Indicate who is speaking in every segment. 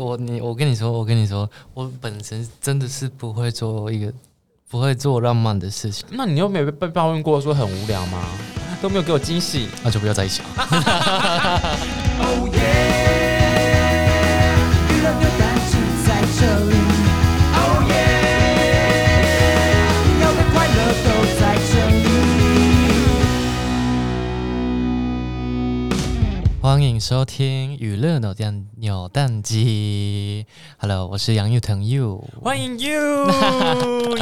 Speaker 1: 我你我跟你说，我跟你说，我本身真的是不会做一个不会做浪漫的事情，
Speaker 2: 那你又没有被抱怨过说很无聊吗？都没有给我惊喜。
Speaker 1: 那就不要在一起了。
Speaker 3: Oh yeah，娱乐扭蛋机在这里。Oh yeah，要的快乐都在这里。
Speaker 1: 欢迎收听娱乐扭蛋扭蛋机，Hello，我是杨佑腾 You，
Speaker 2: 欢迎 you，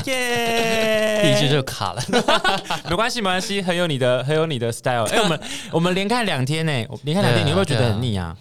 Speaker 2: 耶！
Speaker 1: 第一句就卡了。
Speaker 2: 没关系，没关系，很有你的，很有你的 style。哎、我们 我们连看两天呢、我连看两
Speaker 1: 对啊
Speaker 2: 天，你会不会觉
Speaker 1: 对
Speaker 2: 得
Speaker 1: 啊
Speaker 2: 很腻啊？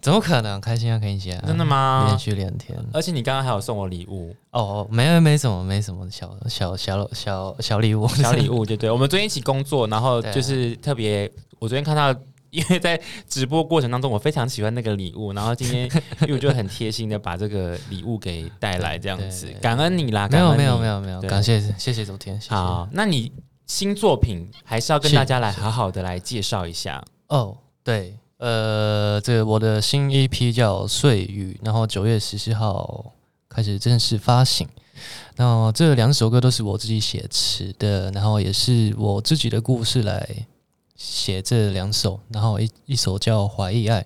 Speaker 1: 怎么可能开心啊？开心啊！
Speaker 2: 真的吗
Speaker 1: 连续两天
Speaker 2: 啊而且你刚刚还有送我礼物，
Speaker 1: 哦，没有没什么没什么小小小小小礼物
Speaker 2: 小礼
Speaker 1: 物，
Speaker 2: 物，对对。我们昨天一起工作，然后
Speaker 1: 对啊
Speaker 2: 就是特别，我昨天看到。 因为在直播过程当中，我非常喜欢那个礼物，然后今天又就很贴心的把这个礼物给带来，这样子
Speaker 1: 对对对
Speaker 2: 感恩你 啦，
Speaker 1: 没
Speaker 2: 啊感
Speaker 1: 有
Speaker 2: 恩
Speaker 1: 没有
Speaker 2: 你
Speaker 1: 没有没有，
Speaker 2: 对
Speaker 1: 感谢谢谢昨天，谢谢。
Speaker 2: 好，那你新作品还是要跟
Speaker 1: 是
Speaker 2: 大家来好好的来介绍一下。
Speaker 1: 哦，对，呃，这个我的新 EP 叫《碎雨》，然后九月十四号开始正式发行。那这两首歌都是我自己写词的，然后也是我自己的故事来写这两首，然后一一首叫《怀疑爱》。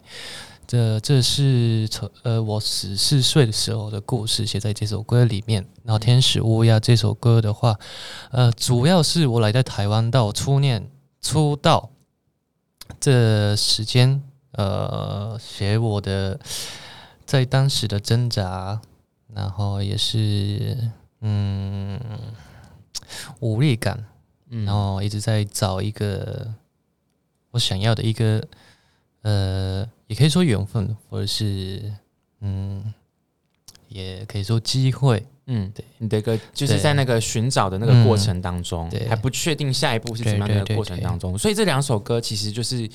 Speaker 1: 这这是从呃我十四岁的时候的故事写在这首歌里面。然后《天使乌鸦》这首歌的话，呃，主要是我来在台湾到初恋出道这时间，呃，写我的在当时的挣扎，然后也是嗯无力感，
Speaker 2: 嗯
Speaker 1: 然后一直在找一个我想要的一个呃，也可以说缘分，或者是嗯，也可以说机会，
Speaker 2: 嗯，
Speaker 1: 对
Speaker 2: 你的一个就是
Speaker 1: 对
Speaker 2: 在那个寻找的那个过程当中，
Speaker 1: 嗯对
Speaker 2: 还不确定下一步是怎么样的一个过程当中，所以这两首歌其实就是。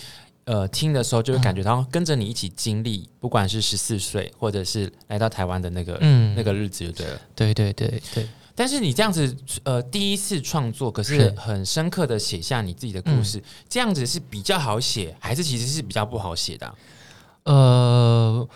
Speaker 2: 呃，听的时候就会感觉到跟着你一起经历，不管是十四岁，或者是来到台湾的那个、
Speaker 1: 嗯，
Speaker 2: 那个日子，就对了。
Speaker 1: 对对对对，
Speaker 2: 但是你这样子，呃，第一次创作，可是
Speaker 1: 是嗯
Speaker 2: 很深刻的写下你自己的故事，这样子是比较好写，还是其实是比较不好写的啊、
Speaker 1: 呃，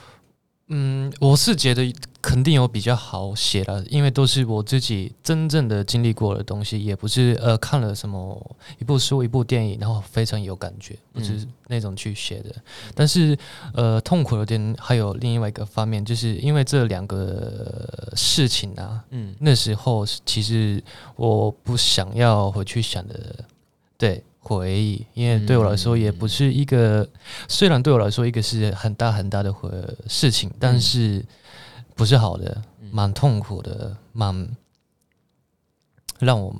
Speaker 1: 嗯，我是觉得肯定有比较好写了，因为都是我自己真正的经历过的东西，也不是呃看了什么一部书、一部电影，然后非常有感觉，不是那种去写的。但是呃，痛苦的点还有另外一个方面，就是因为这两个事情啊，
Speaker 2: 嗯，
Speaker 1: 那时候是其实我不想要回去想的，对回忆，因为对我来说也
Speaker 2: 嗯
Speaker 1: 不是一个，虽然对我来说一个是很大很大的回事情，
Speaker 2: 嗯
Speaker 1: 但是不是好的，蛮痛苦的，蛮让我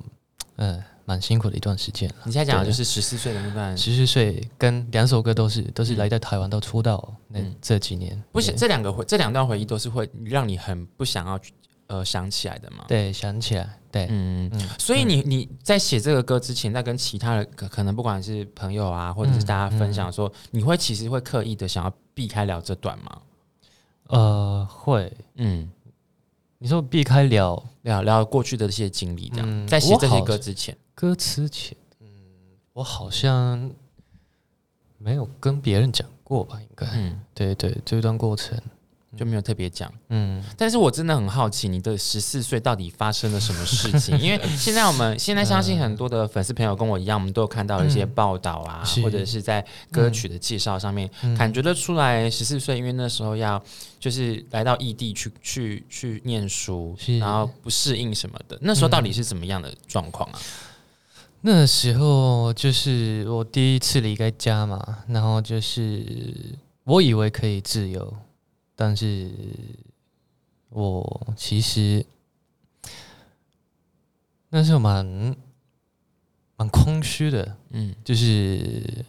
Speaker 1: 嗯、呃、蛮辛苦的一段时间了。
Speaker 2: 你现在讲的
Speaker 1: 对
Speaker 2: 就是十四岁的那段，
Speaker 1: 十四岁跟两首歌都是都是来在台湾到出道那
Speaker 2: 嗯
Speaker 1: 这几年，
Speaker 2: 不想这两个回这两段回忆都是会让你很不想要去呃想起来的嘛。
Speaker 1: 对想起来，对，
Speaker 2: 嗯，
Speaker 1: 嗯
Speaker 2: 所以你你在写这个歌之前，在跟其他的可可能不管是朋友啊，或者
Speaker 1: 嗯
Speaker 2: 是大家分享说，你会其实会刻意的想要避开聊这段吗？
Speaker 1: 呃会，
Speaker 2: 嗯，
Speaker 1: 你说避开聊
Speaker 2: 聊聊过去的这些经历，这样、
Speaker 1: 嗯
Speaker 2: 在写这
Speaker 1: 我
Speaker 2: 些
Speaker 1: 好
Speaker 2: 歌之前，
Speaker 1: 歌词前，嗯，我好像没有跟别人讲过吧，应该。
Speaker 2: 嗯，
Speaker 1: 对对，这段过程，
Speaker 2: 就没有特别讲。
Speaker 1: 嗯，
Speaker 2: 但是我真的很好奇，你的十四岁到底发生了什么 事情？因为现在我们现在相信很多的粉丝朋友跟我一样，我们都有看到一些报道啊，
Speaker 1: 嗯是嗯
Speaker 2: 或者是在歌曲的介绍上面，感觉得出来十四岁，因为那时候要就是来到异地去去去念书，
Speaker 1: 是
Speaker 2: 然后不适应什么的。那时候到底是怎么样的状况啊？
Speaker 1: 那时候就是我第一次离开家嘛，然后就是我以为可以自由，但是我其实那时候蛮蛮空虚的，
Speaker 2: 嗯，
Speaker 1: 就是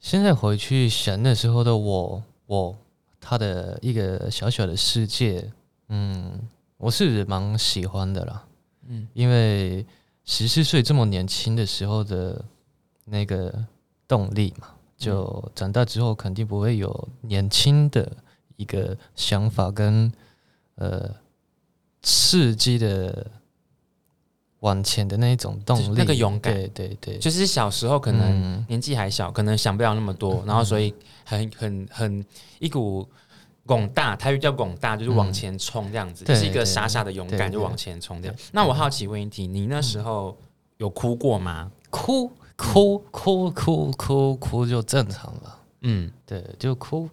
Speaker 1: 现在回去想那时候的我，我他的一个小小的世界，嗯，我是蛮喜欢的啦，嗯，因为十四岁这么年轻的时候的那个动力嘛，就长大之后肯定不会有年轻的一个想法跟呃刺激的往前的那一种动
Speaker 2: 就是
Speaker 1: 力，
Speaker 2: 那个勇敢
Speaker 1: 对对对，嗯
Speaker 2: 就是小时候可能年纪还小，可能想不了那么多，然后所以很很很一股拱大，台语叫拱大，就是往前冲这样子，
Speaker 1: 对
Speaker 2: 就是一个傻傻的勇
Speaker 1: 对
Speaker 2: 敢，
Speaker 1: 对
Speaker 2: 就往前冲这样。那我好奇问一题，你那时候有哭过吗？
Speaker 1: 哭哭哭哭哭哭就正常了，
Speaker 2: 嗯，
Speaker 1: 对，就哭。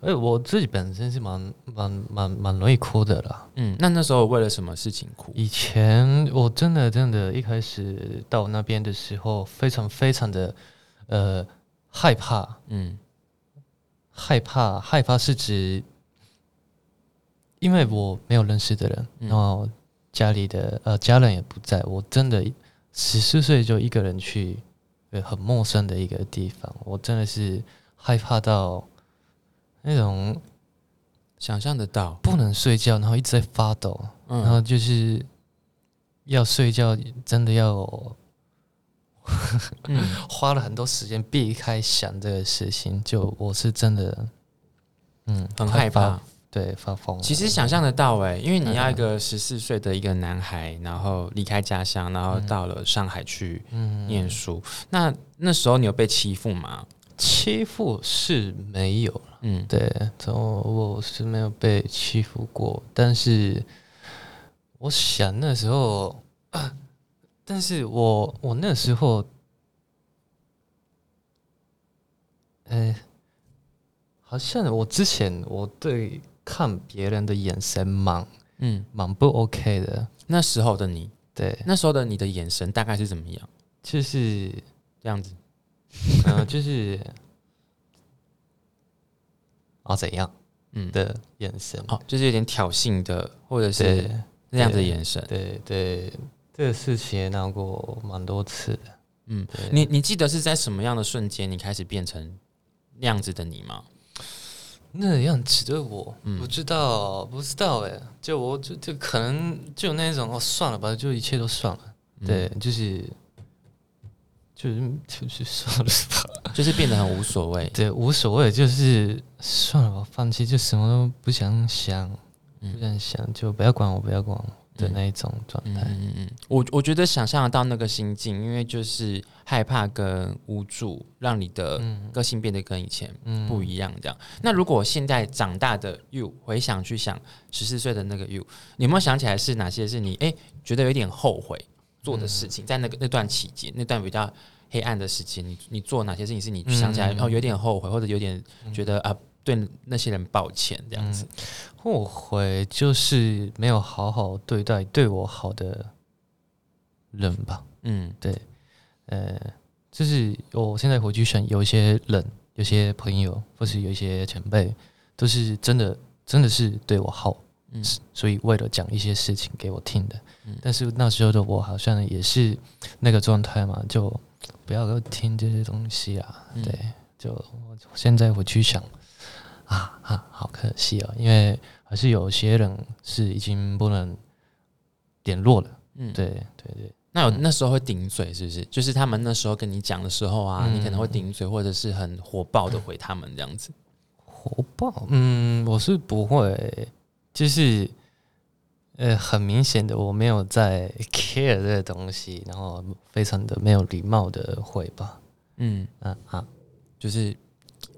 Speaker 1: 哎，我自己本身是蛮蛮蛮蛮容易哭的啦。
Speaker 2: 嗯，那那时候为了什么事情哭？
Speaker 1: 以前我真的真的，一开始到那边的时候，非常非常的呃害怕，
Speaker 2: 嗯
Speaker 1: 害怕，害怕是指，因为我没有认识的人，
Speaker 2: 嗯
Speaker 1: 然后家里的呃家人也不在，我真的十四岁就一个人去呃很陌生的一个地方，我真的是害怕到那种
Speaker 2: 想象得到，
Speaker 1: 不能睡觉，然后一直在发抖，然后
Speaker 2: 嗯，
Speaker 1: 就是要睡觉，真的要
Speaker 2: 嗯
Speaker 1: 花了很多时间避开想这个事情，就我是真的，嗯，
Speaker 2: 很
Speaker 1: 快
Speaker 2: 害
Speaker 1: 发
Speaker 2: 怕。
Speaker 1: 对，发疯了。
Speaker 2: 其实想象得到哎、因为你要一个十四岁的一个男孩，然后离开家乡，然后到了上海去念书。那那时候你有被欺负吗？
Speaker 1: 欺负是没有了，
Speaker 2: 嗯，
Speaker 1: 对，从我是没有被欺负过，但是我想那时候，啊但是我我那时候，嗯、好像我之前我对看别人的眼神蛮
Speaker 2: 嗯，
Speaker 1: 蛮不 OK 的，
Speaker 2: 那时候的你，
Speaker 1: 对，
Speaker 2: 那时候的你的眼神大概是怎么样？
Speaker 1: 就是
Speaker 2: 这样子，
Speaker 1: 呃，就是啊怎样
Speaker 2: 嗯，，
Speaker 1: 的眼神。
Speaker 2: 哦，就是有点挑衅的，或者
Speaker 1: 对
Speaker 2: 是那样子的眼神。
Speaker 1: 对对，这个事情也闹过蛮多次的。
Speaker 2: 嗯
Speaker 1: 对，
Speaker 2: 你你记得是在什么样的瞬间你开始变成那样子的你吗？
Speaker 1: 那样子的我、
Speaker 2: 嗯
Speaker 1: 不知道，不知道哎，就我就就可能就那种哦，算了吧，就一切都算了。
Speaker 2: 嗯
Speaker 1: 对，就是就是就是算了 吧，
Speaker 2: 就是变得很无所谓。
Speaker 1: 对，无所谓，就是算了吧，放弃，就什么都不想想，
Speaker 2: 嗯
Speaker 1: 不想想，就不要管我，不要管我的
Speaker 2: 嗯
Speaker 1: 那一种状
Speaker 2: 嗯
Speaker 1: 态。
Speaker 2: 嗯嗯，我我觉得想象得到那个心境，因为就是害怕跟无助，让你的个性变得跟以前
Speaker 1: 嗯
Speaker 2: 不一样。这样，那如果现在长大的 you 回想去想十四岁的那个 you，你有没有想起来是哪些是你哎、诶觉得有点后悔做的事
Speaker 1: 嗯
Speaker 2: 情？在那个那段期间，那段比较黑暗的时间，你你做哪些事情是你想起来、
Speaker 1: 嗯
Speaker 2: 哦有点后悔，或者有点觉得啊对那些人抱歉这样子？
Speaker 1: 后悔就是没有好好对待对我好的人吧。
Speaker 2: 嗯
Speaker 1: 呃，就是我现在回去想，有一些人、有些朋友，或是有一些前辈，都是真的真的是对我好，
Speaker 2: 嗯
Speaker 1: 所以为了讲一些事情给我听的。
Speaker 2: 嗯
Speaker 1: 但是那时候的我好像也是那个状态嘛，就不要听这些东西啊。
Speaker 2: 嗯
Speaker 1: 对，就我现在回去想啊啊，好可惜哦，因为还是有些人是已经不能联络了。
Speaker 2: 嗯，
Speaker 1: 对对对，
Speaker 2: 那有
Speaker 1: 嗯
Speaker 2: 那时候会顶嘴是不是？就是他们那时候跟你讲的时候啊，
Speaker 1: 嗯
Speaker 2: 你可能会顶嘴，或者是很火爆的回他们这样子。
Speaker 1: 火爆？嗯，我是不会，就是呃，很明显的我没有在 care 这个东西，然后非常的没有礼貌的回吧。
Speaker 2: 嗯，
Speaker 1: 嗯啊，
Speaker 2: 就是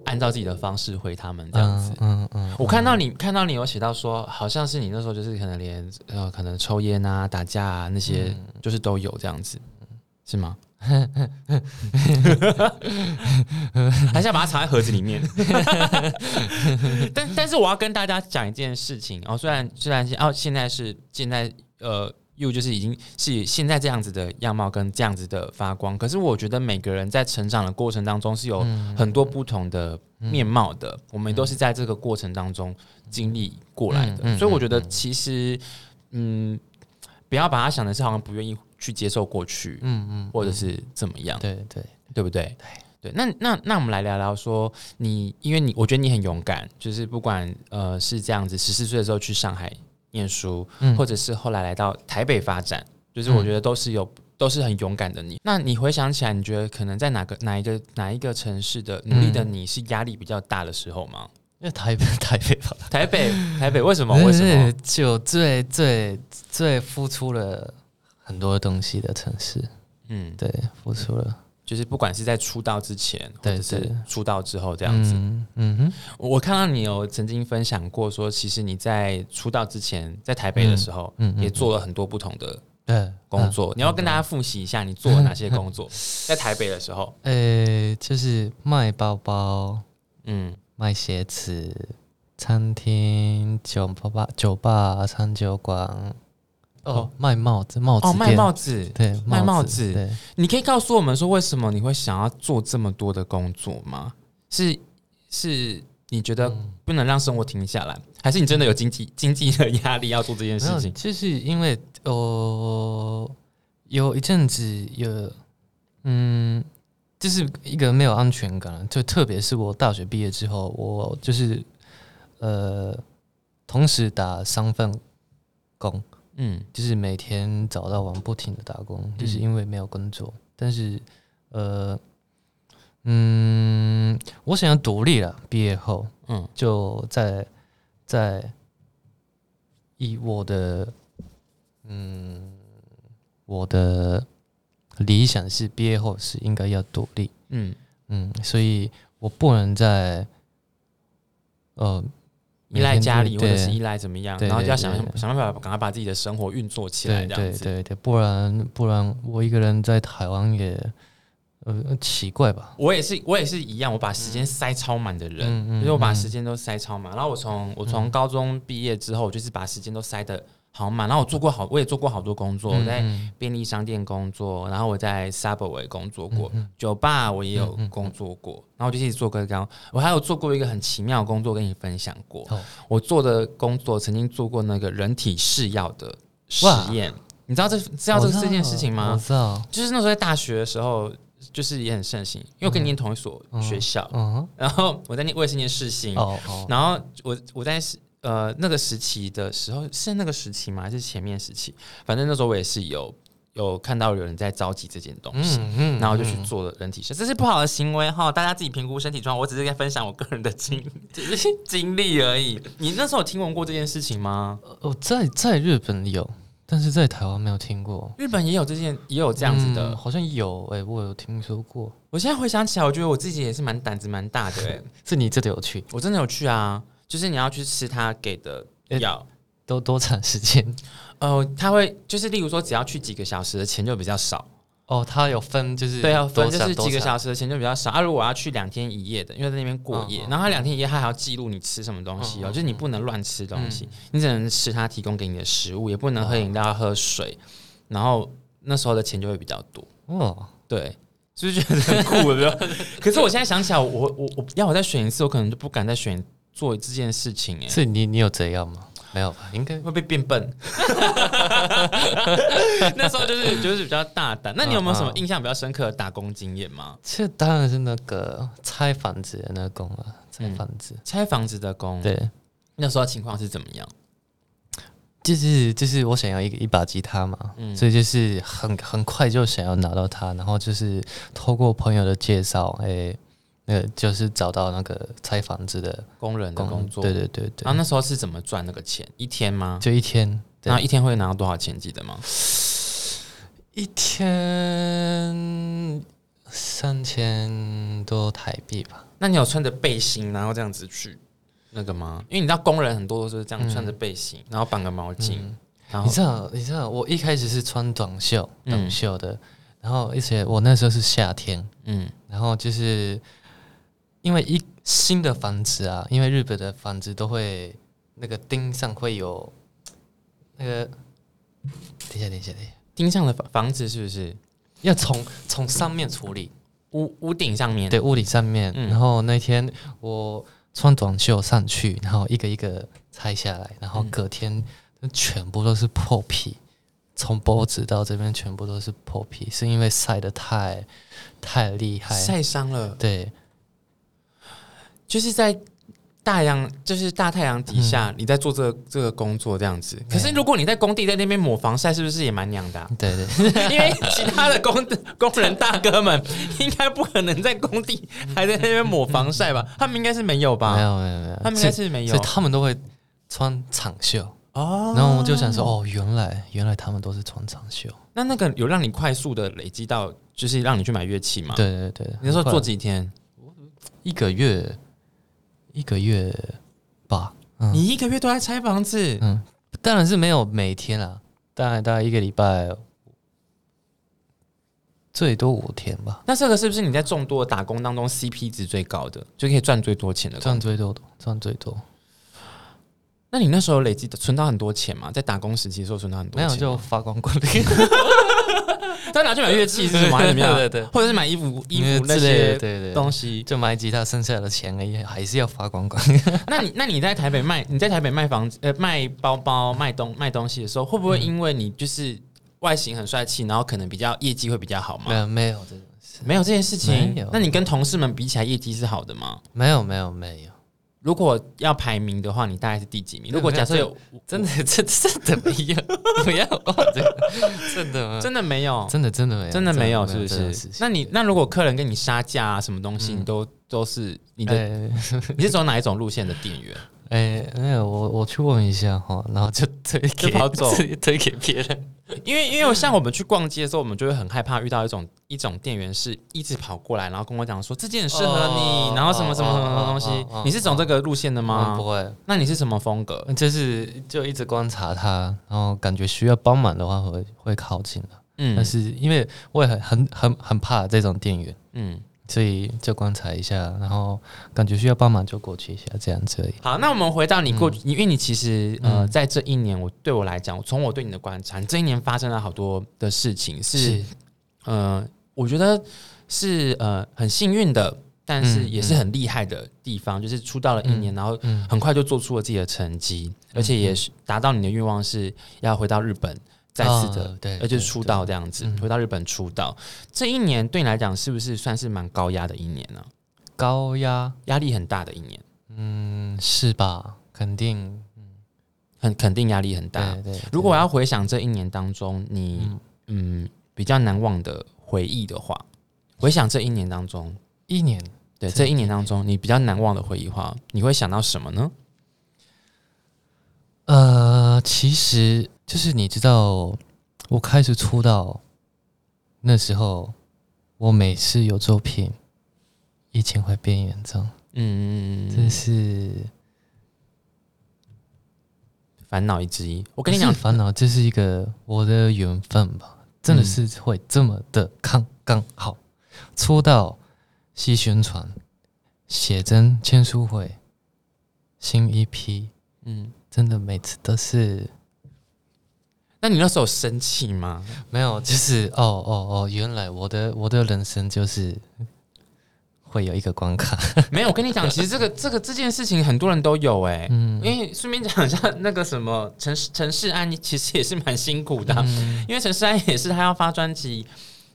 Speaker 2: 按照自己的方式回他们这样子。
Speaker 1: 嗯嗯，
Speaker 2: 我看到你看到你有写到说，好像是你那时候就是可能连呃可能抽烟啊、打架啊那些，就是都有这样子，是吗？还是要把它藏在盒子里面。 但但是我要跟大家讲一件事情哦，虽然虽然是哦现在是现在呃。又就是已经是现在这样子的样貌跟这样子的发光，可是我觉得每个人在成长的过程当中是有
Speaker 1: 嗯
Speaker 2: 很多不同的面貌的，我们都是在这个过程当中经历过来的，
Speaker 1: 嗯嗯
Speaker 2: 所以我觉得其实嗯，不要把它想的是好像不愿意去接受过去，
Speaker 1: 嗯嗯，
Speaker 2: 或者是怎么样，
Speaker 1: 对对，
Speaker 2: 对不对？对，那那那我们来聊聊说你，因为你我觉得你很勇敢，就是不管呃是这样子，十四岁的时候去上海念书，
Speaker 1: 嗯
Speaker 2: 或者是后来来到台北发展，就是我觉得都是有、都是很勇敢的你。那你回想起来，你觉得可能在哪个哪一个哪一个城市的努力
Speaker 1: 嗯
Speaker 2: 的你是压力比较大的时候 吗？
Speaker 1: 因为台北台北吧，
Speaker 2: 台北台北为什么为什么？
Speaker 1: 就最最最付出了很多东西的城市，
Speaker 2: 嗯，
Speaker 1: 对，付出了
Speaker 2: 就是不管是在出道之前，或
Speaker 1: 对
Speaker 2: 者是
Speaker 1: 对
Speaker 2: 出道之后这样子。
Speaker 1: 嗯嗯哼，
Speaker 2: 我看到你有曾经分享过说，其实你在出道之前，在台北的时候，
Speaker 1: 嗯嗯嗯嗯
Speaker 2: 也做了很多不同的
Speaker 1: 对，
Speaker 2: 工作。你要跟大家复习一下，你做了哪些工作？
Speaker 1: 嗯
Speaker 2: 在台北的时候，
Speaker 1: 呃、就是卖包包、
Speaker 2: 嗯
Speaker 1: 卖鞋子、餐厅、酒吧、酒吧、餐酒馆，哦，
Speaker 2: 哦
Speaker 1: 卖帽子、帽子
Speaker 2: 哦，卖帽
Speaker 1: 子，
Speaker 2: 子，
Speaker 1: 对，
Speaker 2: 卖帽
Speaker 1: 子，
Speaker 2: 子
Speaker 1: 对，
Speaker 2: 你可以告诉我们说，为什么你会想要做这么多的工作吗？是是，你觉得不能让生活停下来，还是你真的有经济
Speaker 1: 嗯
Speaker 2: 经济的压力要做这件
Speaker 1: 没
Speaker 2: 事
Speaker 1: 有，
Speaker 2: 情？
Speaker 1: 就是因为呃，有一阵子有，嗯，就是一个没有安全感，就特别是我大学毕业之后，我就是呃，同时打三份工，
Speaker 2: 嗯
Speaker 1: 就是每天早到晚不停的打工，就是因为没有工作。但是呃，嗯，我想要独立了，毕业后，
Speaker 2: 嗯
Speaker 1: 就在在以我的嗯我的理想是毕业后是应该要独立，
Speaker 2: 嗯，
Speaker 1: 嗯，所以我不能再呃
Speaker 2: 依赖家里
Speaker 1: 每
Speaker 2: 或
Speaker 1: 天
Speaker 2: 者
Speaker 1: 对
Speaker 2: 是依赖怎么样，
Speaker 1: 对
Speaker 2: 然后就要
Speaker 1: 对
Speaker 2: 想
Speaker 1: 对
Speaker 2: 想办法赶快把自己的生活运作起来，
Speaker 1: 对
Speaker 2: 这样
Speaker 1: 对
Speaker 2: 子。
Speaker 1: 对对，不然不然我一个人在台湾也呃奇怪吧，
Speaker 2: 我也是，我也是一样，我把时间塞超满的人，
Speaker 1: 嗯嗯嗯
Speaker 2: 就是我把
Speaker 1: 嗯
Speaker 2: 时间都塞超满。然后我从我从高中毕业之后，我就是把时间都塞的好满。然后我做过好，我也做过好多工作，我在
Speaker 1: 嗯
Speaker 2: 便利商店工作，然后我在 Subway 工作
Speaker 1: 嗯
Speaker 2: 过，酒吧我也有工作过，然后我就一直做各个工，我还有做过一个很奇妙的工作，跟你分享过。
Speaker 1: 哦
Speaker 2: 我做的工作曾经做过那个人体试药的实
Speaker 1: 哇哦
Speaker 2: 验，你知道这知道这
Speaker 1: 我
Speaker 2: 这件事情吗？
Speaker 1: 我知道，
Speaker 2: 就是那时候在大学的时候，就是也很盛行，因为我跟你念同一所学校，
Speaker 1: 嗯
Speaker 2: 然后我在念我也是念世新，
Speaker 1: 哦哦，
Speaker 2: 然后我我在是呃那个时期的时候是那个时期吗？还是前面时期？反正那时候我也是有有看到有人在召集这件东西。
Speaker 1: 嗯
Speaker 2: 然后我就去做了人体试，这是不好的行为哈，大家自己评估身体状况。我只是在分享我个人的 经经历而已。你那时候有听闻过这件事情吗？
Speaker 1: 我哦在在日本有，但是在台湾没有听过。
Speaker 2: 日本也有这件，也有这样子的，
Speaker 1: 嗯好像有哎、我有听说过，
Speaker 2: 我现在回想起来，我觉得我自己也是蛮胆子蛮大的哎、
Speaker 1: 是你真的有去，
Speaker 2: 我真的有去啊，就是你要去吃他给的
Speaker 1: 诶
Speaker 2: 药，
Speaker 1: 都多长时 间？
Speaker 2: 呃，他会就是例如说，只要去几个小时的钱就比较少，
Speaker 1: 哦，它有分就是
Speaker 2: 对啊，反
Speaker 1: 多
Speaker 2: 正
Speaker 1: 长
Speaker 2: 就是几个
Speaker 1: 多长
Speaker 2: 小时的钱就比较少啊。如果我要去两天一夜的，因为在那边过夜，
Speaker 1: 嗯嗯
Speaker 2: 然后他两天一夜他还要记录你吃什么东西哦，
Speaker 1: 嗯嗯嗯
Speaker 2: 就是你不能乱吃东西，你只能吃他提供给你的食物，也不能喝饮料、喝水，然后那时候的钱就会比较多，
Speaker 1: 哦，
Speaker 2: 对。是不是觉得很酷？有没有 可是我现在想起来，我我我要我再选一次，我可能就不敢再选做这件事情、欸。
Speaker 1: 是你你有这样吗？没有吧？应该
Speaker 2: 会被变笨。 那时候就是就是比较大胆。那你有没有什么印象比较深刻的打工经验吗？
Speaker 1: 这当然是那个拆房子的那工
Speaker 2: 嗯
Speaker 1: 了，拆房子。
Speaker 2: 拆房子的工，
Speaker 1: 对，
Speaker 2: 那时候情况是怎么样？
Speaker 1: 就是就是我想要一个一把吉他嘛，
Speaker 2: 嗯
Speaker 1: 所以就是很很快就想要拿到它，然后就是透过朋友的介绍，哎、那个就是找到那个拆房子的
Speaker 2: 工人的
Speaker 1: 工
Speaker 2: 工作，啊
Speaker 1: 对对对对
Speaker 2: 然，后那时候是怎么赚那个钱？一天吗？
Speaker 1: 就一天，对
Speaker 2: 然后一天会拿到多少钱？记得吗？
Speaker 1: 一天三千多台币吧。
Speaker 2: 那你有穿着背心，然后这样子去那个吗？因为你知道工人很多都是这样穿着背心，然后绑个毛巾，然
Speaker 1: 你
Speaker 2: 后
Speaker 1: 知道，你知道，我一开始是穿短袖，
Speaker 2: 嗯
Speaker 1: 短袖的，然后而且我那时候是夏天，
Speaker 2: 嗯
Speaker 1: 然后就是因为一新的房子啊，因为日本的房子都会那个钉上会有那个，等一下，等一下，等一下，
Speaker 2: 钉上的房房子是不是
Speaker 1: 要从从上面处理，
Speaker 2: 屋屋顶上面？
Speaker 1: 对，屋顶上面。
Speaker 2: 嗯
Speaker 1: 然后那天我穿短袖上去，然后一个一个拆下来，然后隔天全部都是破皮，从脖子到这边全部都是破皮，是因为晒的太太厉害。
Speaker 2: 晒伤了。
Speaker 1: 对，
Speaker 2: 就是在大阳，就是大太阳底下，你在做这个这个工作这样子。可是如果你在工地在那边抹防晒，是不是也蛮娘的啊、
Speaker 1: 对 对，
Speaker 2: 因为其他的工工人大哥们应该不可能在工地还在那边抹防晒吧？他们应该是没有
Speaker 1: 没
Speaker 2: 吧？
Speaker 1: 有没有没有，
Speaker 2: 他们应该是没有
Speaker 1: 所以他们都会穿长袖，
Speaker 2: 哦
Speaker 1: 然后我就想说，，哦，原来原来他们都是穿长袖。
Speaker 2: 那那个有让你快速的累积到，就是让你去买乐器吗？，
Speaker 1: 对对对，
Speaker 2: 你那时候
Speaker 1: 很快
Speaker 2: 做几天？
Speaker 1: 一个月，一个月吧。嗯
Speaker 2: 你一个月都在拆房子，
Speaker 1: 嗯，当然是没有每天啦，大概大概一个礼拜最多五天吧，
Speaker 2: 那这个是不是你在众多打工当中 CP 值最高的，就可以赚最多钱的工作？
Speaker 1: 赚最多的赚最多。
Speaker 2: 那你那时候累积的存到很多钱吗？在打工时期的时候存到很多
Speaker 1: 没
Speaker 2: 钱
Speaker 1: 有
Speaker 2: 吗，
Speaker 1: 就发光 光
Speaker 2: 他拿去买乐器是 什么？还是怎么样？
Speaker 1: 对对对
Speaker 2: 或者是买衣服、衣服那
Speaker 1: 之类的，对
Speaker 2: 些
Speaker 1: 对对
Speaker 2: 东西。
Speaker 1: 就买吉他剩下的钱而已，还是要发光 光。
Speaker 2: 那你 那你在台北卖你在台北卖房子呃卖包包卖东卖东西的时候，会不会因为你就是外形很帅气，然后可能比较业绩会比较好
Speaker 1: 没
Speaker 2: 吗？
Speaker 1: 有没有这种事，
Speaker 2: 没有这件事情
Speaker 1: 没有。
Speaker 2: 那你跟同事们比起来，业绩是好的吗？
Speaker 1: 没有没有没有，
Speaker 2: 如果要排名的话，你大概是第几名？
Speaker 1: 没有
Speaker 2: 如果假设
Speaker 1: 没有
Speaker 2: 有
Speaker 1: 真的 真真的没有，不要哦，这个 真的吗
Speaker 2: 真的没有，
Speaker 1: 真的真的没有，
Speaker 2: 哦真的没有，是
Speaker 1: 真
Speaker 2: 不
Speaker 1: 的哎这种事？
Speaker 2: 是
Speaker 1: 情
Speaker 2: 那你那如果客人跟你杀价啊，什么东西，你都都是你的，
Speaker 1: 哎
Speaker 2: 你是走哪一种路线的店员？
Speaker 1: 哎，那个我我去问一下哈，然后就推给
Speaker 2: 跑走
Speaker 1: 自己推给别人。
Speaker 2: 因为因为像我们去逛街的时候，我们就会很害怕遇到一种一种店员是一直跑过来，然后跟我讲说这件很适合
Speaker 1: 哦
Speaker 2: 你，然后什么什么什么什么东
Speaker 1: 哦哦哦
Speaker 2: 西。你是走这个路线的
Speaker 1: 嗯不
Speaker 2: 吗？
Speaker 1: 会，
Speaker 2: 那你是什么风格？
Speaker 1: 就是就一直观察他，然后感觉需要帮忙的话会会靠近的。
Speaker 2: 嗯
Speaker 1: 但是因为我也很很很很怕这种店员，
Speaker 2: 嗯。
Speaker 1: 所以就观察一下，然后感觉需要帮忙就过去一下，这样子而已。
Speaker 2: 好，那我们回到你过去，因为你其实呃，
Speaker 1: 嗯
Speaker 2: 在这一年，我对我来讲，从我对你的观察，你这一年发生了好多的事情，是呃，我觉得是呃很幸运的，但是
Speaker 1: 嗯
Speaker 2: 也是很厉害的地方，就是出道了一年，然后
Speaker 1: 嗯
Speaker 2: 很快就做出了自己的成绩，而且也是达到你的愿望是要回到日本再次的，
Speaker 1: 哦对，
Speaker 2: 而且
Speaker 1: 对
Speaker 2: 出道这样子，
Speaker 1: 嗯
Speaker 2: 回到日本出道。这一年对你来讲是不是算是蛮高压的一年呢、
Speaker 1: 对高压，
Speaker 2: 压力很大的一年，
Speaker 1: 嗯，是吧？肯定，
Speaker 2: 很肯定压力很大。
Speaker 1: 对对。
Speaker 2: 如果我要回想这一年当中，你嗯比较难忘的回忆的话，回想这一年当中，
Speaker 1: 一年，
Speaker 2: 对
Speaker 1: 这
Speaker 2: 这一年当中你比较难忘的回忆的话，你会想到什么呢？
Speaker 1: 呃，其实就是你知道，我开始出道那时候，我每次有作品，疫情会变严重，
Speaker 2: 嗯，
Speaker 1: 这是
Speaker 2: 烦恼之一。我
Speaker 1: 跟
Speaker 2: 跟
Speaker 1: 你
Speaker 2: 你讲
Speaker 1: 讲，，烦恼，这是一个我的缘分吧，真的
Speaker 2: 嗯
Speaker 1: 是会这么的刚刚好。出道、西宣传、写真、签书会、新一批，
Speaker 2: 嗯，
Speaker 1: 真的每次都是
Speaker 2: 那你那时候有生气吗？
Speaker 1: 没有，就是哦哦哦，原来我的我的人生就是会有一个关 卡，
Speaker 2: 没有，我跟你讲，其实这个这个这件事情很多人都有哎、
Speaker 1: 嗯
Speaker 2: 因为顺便讲一下，那个什么陈陈世安，其实也是蛮辛苦的啊、
Speaker 1: 嗯
Speaker 2: 因为陈世安也是他要发专辑，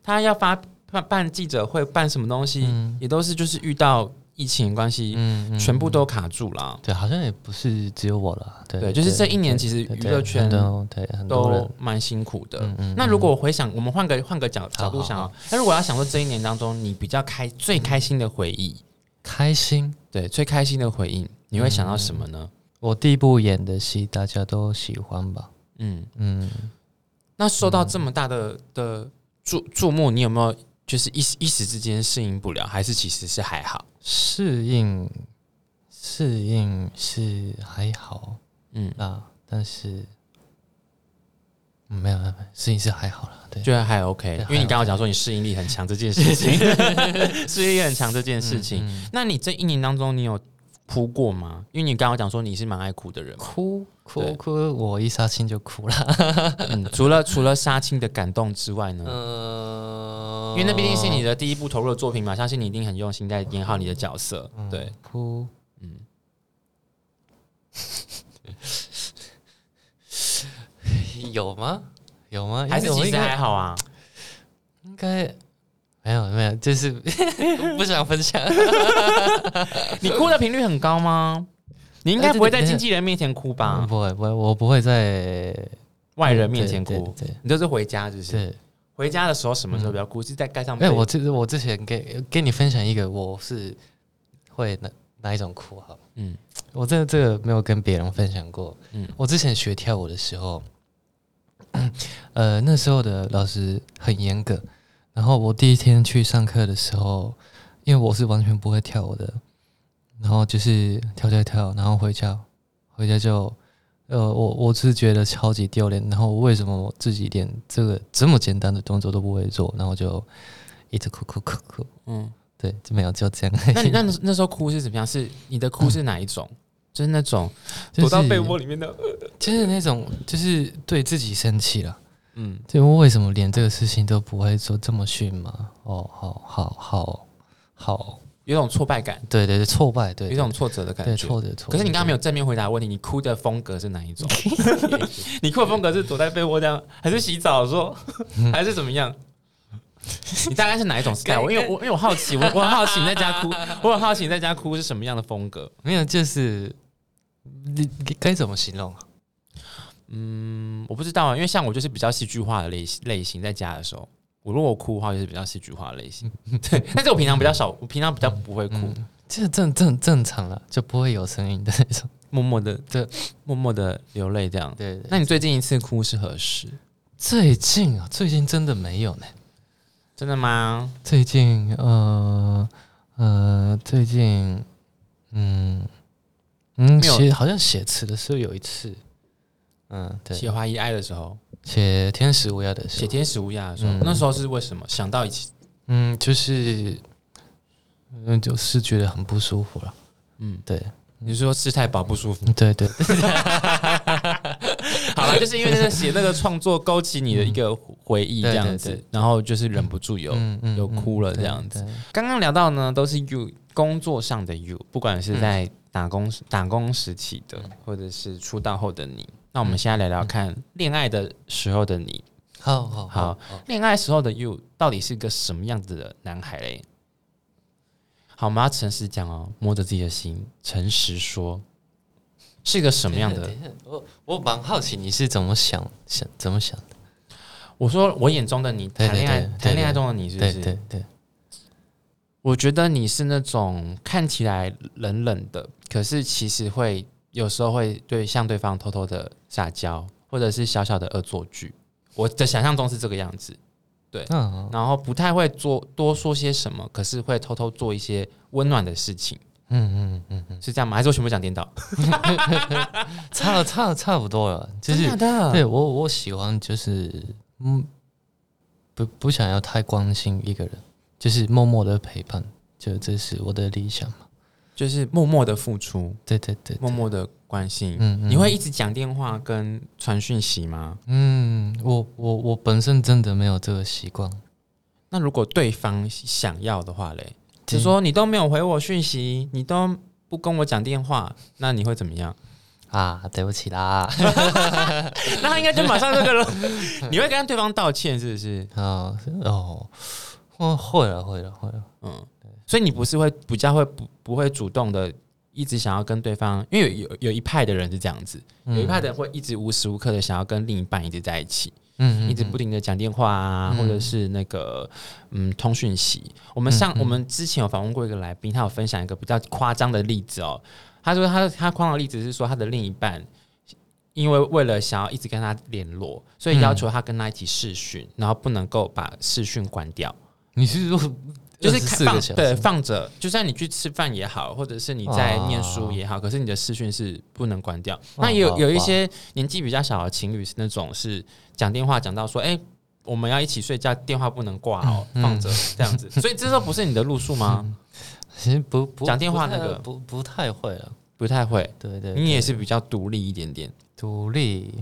Speaker 2: 他要发办办记者会，办什么东西，
Speaker 1: 嗯
Speaker 2: 也都是就是遇到疫情的关系，
Speaker 1: 嗯嗯
Speaker 2: 全部都卡住了。啊
Speaker 1: 对，好像也不是只有我了，对
Speaker 2: 对，就是这一年其实
Speaker 1: 对
Speaker 2: 娱
Speaker 1: 对
Speaker 2: 乐圈
Speaker 1: 很多对很多人
Speaker 2: 都蛮辛苦的。
Speaker 1: 嗯嗯
Speaker 2: 那如果回想，我们换个换个角角度
Speaker 1: 好好
Speaker 2: 想啊
Speaker 1: 好，
Speaker 2: 那如果要想说这一年当中你比较开最开心的回忆，
Speaker 1: 开心。
Speaker 2: 对，最开心的回忆，你会想到什么呢？
Speaker 1: 我第一部演的戏大家都喜欢吧？
Speaker 2: 嗯，
Speaker 1: 嗯，
Speaker 2: 那受到这么大的的注注目，你有没有就是一时一时之间适应不了，还是其实是还好？
Speaker 1: 适应适应是还好
Speaker 2: 嗯，
Speaker 1: 啦，但是、嗯没有没有，没有适应是还好啦。对，
Speaker 2: 觉得还 OK，
Speaker 1: 对
Speaker 2: 因为你刚刚讲说你适应力很强这件事情， 适应力很强这件事情。那你这一年当中，你有哭过吗？因为你刚刚讲说你是蛮爱哭的人嘛。
Speaker 1: 哭哭
Speaker 2: 对
Speaker 1: 哭，我一杀青就哭了。
Speaker 2: 嗯，除了除了杀青的感动之外呢？
Speaker 1: 呃
Speaker 2: 因为那毕竟
Speaker 1: 哦
Speaker 2: 是你的第一部投入的作品嘛，相信你一定很用心在演好你的角色。对，
Speaker 1: 哭，
Speaker 2: 嗯，
Speaker 1: 有吗？有吗？
Speaker 2: 还是
Speaker 1: 哎我
Speaker 2: 其
Speaker 1: 应
Speaker 2: 实
Speaker 1: 该
Speaker 2: 还好啊。
Speaker 1: 应该没有没有，就是 不想分享。
Speaker 2: 你哭的频率很高吗？嗯你应该不会在经纪人面前哭吧？
Speaker 1: 不会不会，我不会在
Speaker 2: 外人面前
Speaker 1: 对
Speaker 2: 哭，
Speaker 1: 对对
Speaker 2: 你就是回家，就是
Speaker 1: 对，
Speaker 2: 回家的时候什么时候不要哭？是在盖上
Speaker 1: 哎、
Speaker 2: 被
Speaker 1: 我之我之前给给你分享一个，我是会哪哪一种哭好了？
Speaker 2: 嗯
Speaker 1: 嗯，我真的这个没有跟别人分享过。
Speaker 2: 嗯
Speaker 1: 嗯，我之前学跳舞的时候， 呃，那时候的老师很严格，然后我第一天去上课的时候，因为我是完全不会跳舞的，然后就是跳跳跳，然后回家，回家就。呃，我我是觉得超级丢脸，然后为什么我自己连这个这么简单的动作都不会做，然后就一直哭哭哭哭，
Speaker 2: 嗯，
Speaker 1: 对，就没有就这样。
Speaker 2: 那你那那时候哭是怎么样？是你的哭是哪一种？嗯就是那种
Speaker 1: 就
Speaker 2: 躲到
Speaker 1: 是
Speaker 2: 被窝里面的，
Speaker 1: 就是那种，就是对自己生气了。
Speaker 2: 嗯，
Speaker 1: 就为什么连这个事情都不会做，这么逊吗？哦，好好好好，
Speaker 2: 有一种挫败感，
Speaker 1: 对对对，挫败，
Speaker 2: 有
Speaker 1: 对
Speaker 2: 一种挫折的感
Speaker 1: 对
Speaker 2: 觉。
Speaker 1: 挫折挫折。
Speaker 2: 可是你刚刚没
Speaker 1: 有，
Speaker 2: 有正面回答问题，你哭的风格是哪一种？ 你哭的风格是躲在被窝这样，还是洗澡的时候，还是怎么样？你大概是哪一种 style？我因为我因为我好 奇，我我很好奇你在家哭，我很好奇你在家哭是什么样的风格。
Speaker 1: 没有，就是你你该怎么形容啊？
Speaker 2: 嗯，我不知道啊，因为像我就是比较戏剧化的类型类型，在家的时候，我如果哭的话就是比较戏剧化的类 型。对，但是我平常比较少，我平常比较不会哭，
Speaker 1: 嗯这正正正常了，就不会有声音的那种。
Speaker 2: 默默的
Speaker 1: 对，
Speaker 2: 默默的流泪这样。
Speaker 1: 对对对，
Speaker 2: 那你最近一次哭是何时？
Speaker 1: 最近啊，最近真的没有呢。
Speaker 2: 真的吗？
Speaker 1: 最近，呃呃，最近，嗯嗯，
Speaker 2: 没有
Speaker 1: 写好像写词的时候有一次，嗯，对，
Speaker 2: 写花一爱的时候，
Speaker 1: 写天使乌鸦的时
Speaker 2: 写
Speaker 1: 候，
Speaker 2: 天使乌鸦的时候，
Speaker 1: 嗯
Speaker 2: 那时候是为什么想到一起？
Speaker 1: 嗯，就是，嗯，就是觉得很不舒服了，
Speaker 2: 嗯，
Speaker 1: 对，
Speaker 2: 你是说吃太饱不舒服？
Speaker 1: 对对，
Speaker 2: 好了，就是因为那个写那个创作勾起你的一个回忆这样
Speaker 1: 嗯对对
Speaker 2: 子，然后就是忍不住有
Speaker 1: 嗯嗯
Speaker 2: 有哭了这样子。，刚刚聊到呢，都是 you 工作上的 you，不管
Speaker 1: 嗯
Speaker 2: 是在打工、打工时期的，或者是出道后的你。那我
Speaker 1: 嗯
Speaker 2: 们现在聊聊看恋爱的时候的你，
Speaker 1: 对好好
Speaker 2: 好
Speaker 1: 好，
Speaker 2: 恋爱时候的 you 到底是个什么样子的男孩嘞？好，我们要诚实讲哦，摸着自己的心，诚实说，是个什么样的
Speaker 1: 等？一下？我我蛮好奇你是怎么想想怎么想的，
Speaker 2: 我说我眼中的你，
Speaker 1: 对
Speaker 2: 谈恋爱
Speaker 1: 对对对
Speaker 2: 谈恋爱中的你是不
Speaker 1: 对
Speaker 2: 是？
Speaker 1: 对对，
Speaker 2: 我觉得你是那种看起来冷冷的，可是其实会有时候会对向对方偷偷的撒娇，或者是小小的恶作剧。我的想象中是这个样子，
Speaker 1: 嗯
Speaker 2: 然后不太会做多说些什么，可是会偷偷做一些温暖的事情，
Speaker 1: 嗯嗯嗯嗯，
Speaker 2: 是这样吗？还是我全部讲颠倒？
Speaker 1: 差差差不多了，就是。
Speaker 2: 真的啊
Speaker 1: 对我我喜欢就是嗯，不不想要太关心一个人，就是默默的陪伴，就这是我的理想嘛。
Speaker 2: 就是默默的付出，
Speaker 1: 对对对，
Speaker 2: 默默的关心。
Speaker 1: 嗯嗯
Speaker 2: 你会一直讲电话跟传讯息吗？
Speaker 1: 嗯，我我我本身真的没有这个习惯，
Speaker 2: 那如果对方想要的话嘞，就说你都没有回我讯息，你都不跟我讲电话，那你会怎么样？
Speaker 1: 啊，对不起啦，
Speaker 2: 那他应该就马上这个了。 你会跟对方道歉是不是？
Speaker 1: 啊哦，哦会了会了会了，
Speaker 2: 嗯，所以你不是会比较会不不会主动的，一直想要跟对方，因为有有有一派的人是这样子，
Speaker 1: 嗯
Speaker 2: 有一派的人会一直无时无刻的想要跟另一半一直在一起，
Speaker 1: 嗯
Speaker 2: 一直不停的讲电话啊，
Speaker 1: 嗯
Speaker 2: 或者是那个嗯通讯息。我
Speaker 1: 嗯
Speaker 2: 们上、我们之前有访问过一个来宾，他有分享一个比较夸张的例子哦。他说他他夸张的例子是说他的另一半。因为为了想要一直跟他联络，所以要求他跟他一起视讯，然后不能够把视讯关掉，
Speaker 1: 你是说
Speaker 2: 就是
Speaker 1: 四
Speaker 2: 看
Speaker 1: 个
Speaker 2: 放
Speaker 1: 小
Speaker 2: 对
Speaker 1: 时，
Speaker 2: 放着，就算你去吃饭也好，或者是你在念书也好，可是你的视讯是不能关掉。那也有
Speaker 1: 哦哇
Speaker 2: 有一些年纪比较小的情侣是那种是讲电话讲到说，哎、我们要一起睡觉，电话不能挂哦，
Speaker 1: 嗯
Speaker 2: 放着这 样子。所以这时候不是你的路数吗？
Speaker 1: 其实不不
Speaker 2: 讲电话
Speaker 1: 不
Speaker 2: 那
Speaker 1: 太
Speaker 2: 个
Speaker 1: 不不太会了，
Speaker 2: 不太会，
Speaker 1: 对对，
Speaker 2: 你也是比较独立一点点。
Speaker 1: 独立，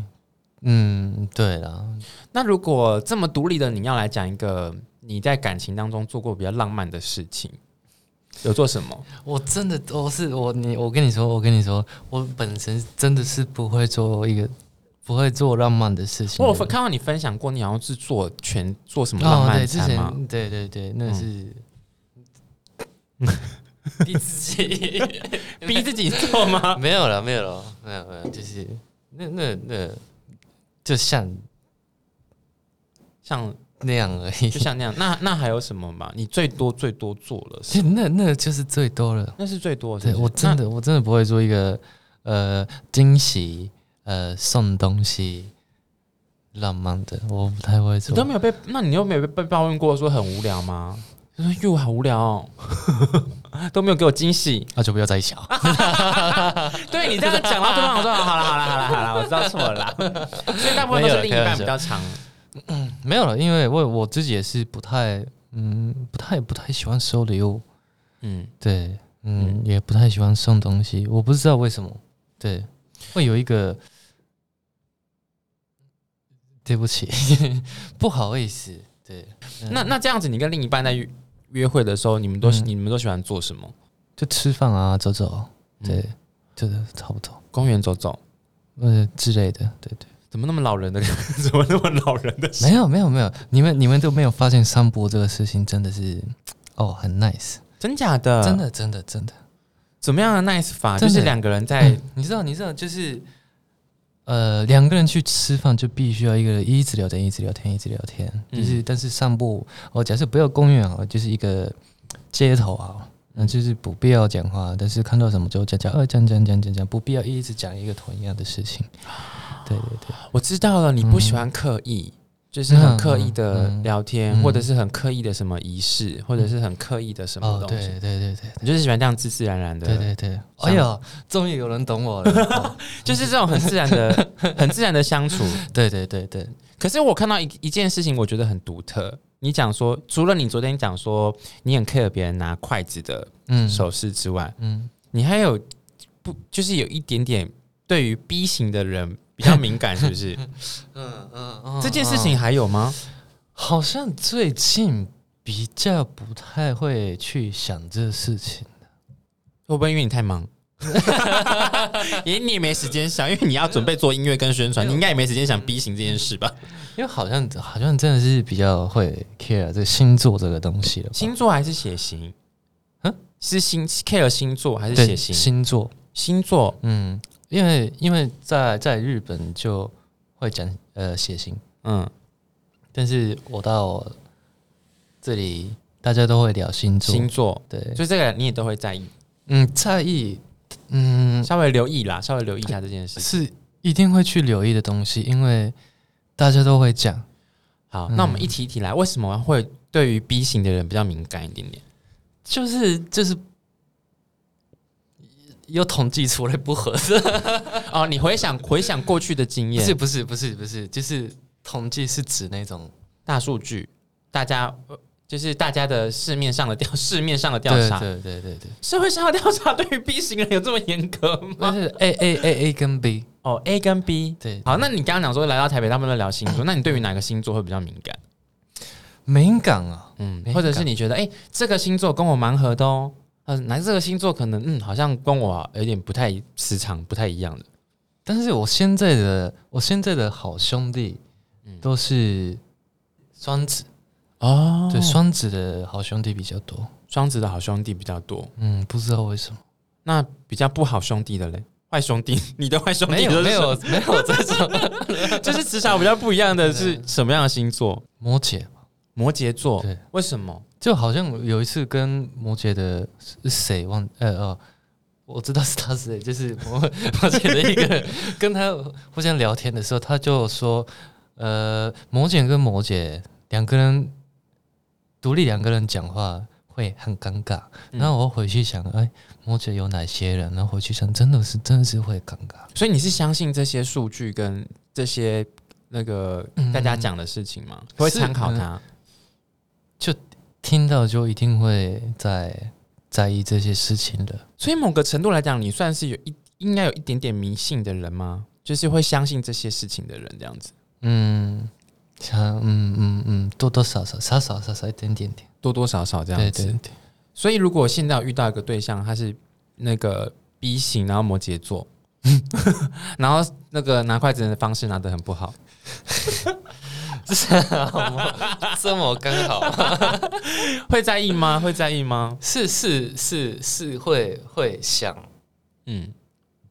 Speaker 1: 嗯，对啦，
Speaker 2: 那如果这么独立的你要来讲一个你在感情当中做过比较浪漫的事情，有做什么？
Speaker 1: 我真的我是我你我跟你说，我跟你说，我本身真的是不会做一个不会做浪漫的事情的。
Speaker 2: 我有分看到你分享过，你好像是做全做什么浪
Speaker 1: 哦，
Speaker 2: 漫
Speaker 1: 对，之
Speaker 2: 餐吗？
Speaker 1: 前对对对，那是、逼自己
Speaker 2: 逼自己做吗？
Speaker 1: 没有了，没有了，没有没有，就是那那那就像
Speaker 2: 像
Speaker 1: 那样而已
Speaker 2: 就。像那样。那那还有什么吗？你最多最多做了什
Speaker 1: 其
Speaker 2: 么，
Speaker 1: 实那那就是最多了。
Speaker 2: 那是最多的是
Speaker 1: 对
Speaker 2: 不是。
Speaker 1: 我真的我真的不会做一个呃惊喜呃送东西浪漫的，我不太会
Speaker 2: 那
Speaker 1: 做。
Speaker 2: 你都没有被，那你又没有被抱怨过说很无聊 吗？就说哟好无聊、哦， 都没有给我惊喜。
Speaker 1: 那啊就不要再想。
Speaker 2: 对你这样讲到对方，我说好了好了好了好了，我知道错了啦。 所以大部分都是另一半比较长，
Speaker 1: 没有了，因为我我自己也是不太嗯不太不太喜欢收礼物，
Speaker 2: 嗯，
Speaker 1: 对，嗯，也不太喜欢送东西，我不知道为什么，对，会有一个对不起， 不好意思，对，
Speaker 2: 那那这样子，你跟另一半在约约会的时候，你们都、
Speaker 1: 嗯
Speaker 2: 你们都喜欢做什么？
Speaker 1: 就吃饭啊，走走，对
Speaker 2: 嗯，
Speaker 1: 这个差不多，
Speaker 2: 公园走走，
Speaker 1: 呃之类的，对对，
Speaker 2: 怎么那么老人的？ 怎么那么老人的？
Speaker 1: 没有没有没有，你们你们都没有发现三伯这个事情真的是哦很 nice，
Speaker 2: 真假的？
Speaker 1: 真的真的真的。
Speaker 2: 怎么样的 nice 法？
Speaker 1: 真
Speaker 2: 就
Speaker 1: 的嗯
Speaker 2: 是两个人在
Speaker 1: 你知道，你知道，就是呃，两个人去吃饭就必须要一个人一直聊天，一直聊天，一直聊天。
Speaker 2: 嗯
Speaker 1: 就是，但是散步，哦，假设不要公园啊，就是一个街头啊，那就是不必要讲话，但是看到什么就讲讲，呃，讲讲讲讲讲，不必要一直讲一个同一样的事情。对对对，
Speaker 2: 我知道了，你不喜欢刻意，就是很刻意
Speaker 1: 嗯
Speaker 2: 的
Speaker 1: 嗯嗯
Speaker 2: 聊天，
Speaker 1: 嗯
Speaker 2: 或者是很刻意的什么仪式，或者是很刻意的什么
Speaker 1: 哦，
Speaker 2: 东
Speaker 1: 对
Speaker 2: 西。
Speaker 1: 对对对
Speaker 2: 你就是喜欢这样自自然然的，
Speaker 1: 对对对，哎呀，终于有人懂我了。哦
Speaker 2: 就是这种很自然 的、很自然的相处。
Speaker 1: 对对对对，
Speaker 2: 可是我看到一一件事情，我觉得很独特。你讲说，除了你昨天讲说你很 care 别人拿筷子的
Speaker 1: 嗯，
Speaker 2: 手势之外，
Speaker 1: 嗯，
Speaker 2: 你还有不就是有一点点对于 B 型的人比较敏感，是不
Speaker 1: 嗯
Speaker 2: 是？这件事情还有吗？
Speaker 1: 好像最近比较不太会去想这事情。
Speaker 2: 会不会因为你太忙？ 也你也没时间想，因为你要准备做音乐跟宣传，你应该也没时间想 B 型这件事吧？
Speaker 1: 因为好像好像真的是比较会 care 这星座这个东西了吧。
Speaker 2: 星座还是血型？嗯
Speaker 1: 嗯，
Speaker 2: 是星 care 星座还是
Speaker 1: 对
Speaker 2: 血型？
Speaker 1: 星座，
Speaker 2: 星座
Speaker 1: 嗯，因为因为在在日本就会讲呃血型，
Speaker 2: 嗯，
Speaker 1: 但是我到这里大家都会聊星座，
Speaker 2: 星座，
Speaker 1: 对，
Speaker 2: 所以这个你也都会在意，
Speaker 1: 嗯，在意，嗯，
Speaker 2: 稍微留意啦，稍微留意一下这件事。
Speaker 1: 是一定会去留意的东西，因为大家都会讲。
Speaker 2: 好，
Speaker 1: 嗯
Speaker 2: 那我们一题一题来，为什么会对于 B 型的人比较敏感一点点？
Speaker 1: 就是就是有统计出来不合适，
Speaker 2: 哦，你回想回想过去的经
Speaker 1: 不是
Speaker 2: 验，
Speaker 1: 不是不是不是，就是统计是指那种
Speaker 2: 大数据，大家呃就是大家的市面上的调 市面上的调查，
Speaker 1: 对对对对对，
Speaker 2: 社会上的调查对于 B 型人有这么严格
Speaker 1: 那
Speaker 2: 吗？
Speaker 1: 是 A A A A 跟嗯 B
Speaker 2: 哦，A 跟 B。
Speaker 1: 对，
Speaker 2: 好，那你刚刚讲说来到台北，他们都聊星座，那你对于哪个星座会比较敏感？
Speaker 1: 敏感啊，
Speaker 2: 嗯
Speaker 1: 敏，感
Speaker 2: 或者是你觉得，哎、这个星座跟我蛮合的哦，嗯，那这个星座可能，嗯，好像跟我有点不太磁场不太一样的，
Speaker 1: 但是我现在的我现在的好兄弟
Speaker 2: 嗯
Speaker 1: 都是双子，
Speaker 2: 哦
Speaker 1: 对，双子的好兄弟比较多，
Speaker 2: 双子的好兄弟比较多，
Speaker 1: 嗯，不知道为什么，
Speaker 2: 那比较不好兄弟的嘞，坏兄弟， 你的坏兄弟
Speaker 1: 没有
Speaker 2: 都是
Speaker 1: 没有没 有这种
Speaker 2: 就是磁场比较不一样的是什么样的星座？
Speaker 1: 摩羯吧，
Speaker 2: 摩羯座
Speaker 1: 对，
Speaker 2: 为什么？
Speaker 1: 就好像有一次跟摩羯的是谁忘呃哦，我知道是他是谁，就是摩摩羯的一个人跟他互相聊天的时候，他就说，呃，摩羯跟摩羯两个人独立两个人讲话会很尴尬。
Speaker 2: 嗯
Speaker 1: 然后我回去想，哎，摩羯有哪些人？然后回去想，真的是真的是会尴尬。
Speaker 2: 所以你是相信这些数据跟这些那个
Speaker 1: 嗯
Speaker 2: 大家讲的事情吗？会参考它？
Speaker 1: 听到就一定会在在意这些事情的。
Speaker 2: 所以某个程度来讲，你算是有一应该有一点点迷信的人吗？就是会相信这些事情的人这样子，
Speaker 1: 嗯，像嗯嗯嗯，多多少少，少少少少一点点点，
Speaker 2: 多多少少这样
Speaker 1: 对
Speaker 2: 子。
Speaker 1: 对对，
Speaker 2: 所以如果现在有遇到一个对象，他是那个 B 型，然后摩羯座， 然后那个拿筷子的方式拿得很不好，
Speaker 1: 这么刚好，
Speaker 2: 会在意吗？会在意 吗？
Speaker 1: 是是是是会会想，
Speaker 2: 嗯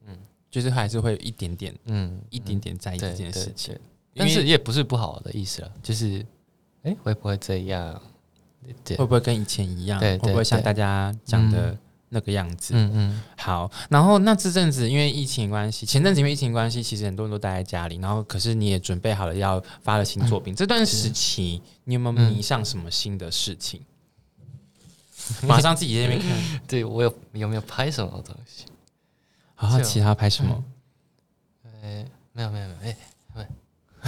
Speaker 2: 嗯，就是还是会有一点点
Speaker 1: 嗯，
Speaker 2: 一点点在意
Speaker 1: 对
Speaker 2: 这件事情。
Speaker 1: 对对
Speaker 2: 因
Speaker 1: 但
Speaker 2: 为
Speaker 1: 是也不是不好的意思了，就是哎、哎、会不会这样？对
Speaker 2: 会，不会跟以前一样？
Speaker 1: 对对
Speaker 2: 会不会像
Speaker 1: 对
Speaker 2: 大家讲的
Speaker 1: 嗯
Speaker 2: 那个样子？
Speaker 1: 嗯嗯，
Speaker 2: 好，然后那这阵子因为疫情关系，前阵子因为疫情关系，其实很多人都待在家里，然后可是你也准备好了要发了新作品，这段时期你有没有
Speaker 1: 嗯
Speaker 2: 迷上什么新的事 情？马上自己在那边 看，
Speaker 1: 对我有有没有拍什么东西？
Speaker 2: 好好啊奇他拍什么？
Speaker 1: 哎，没有没有没有，哎、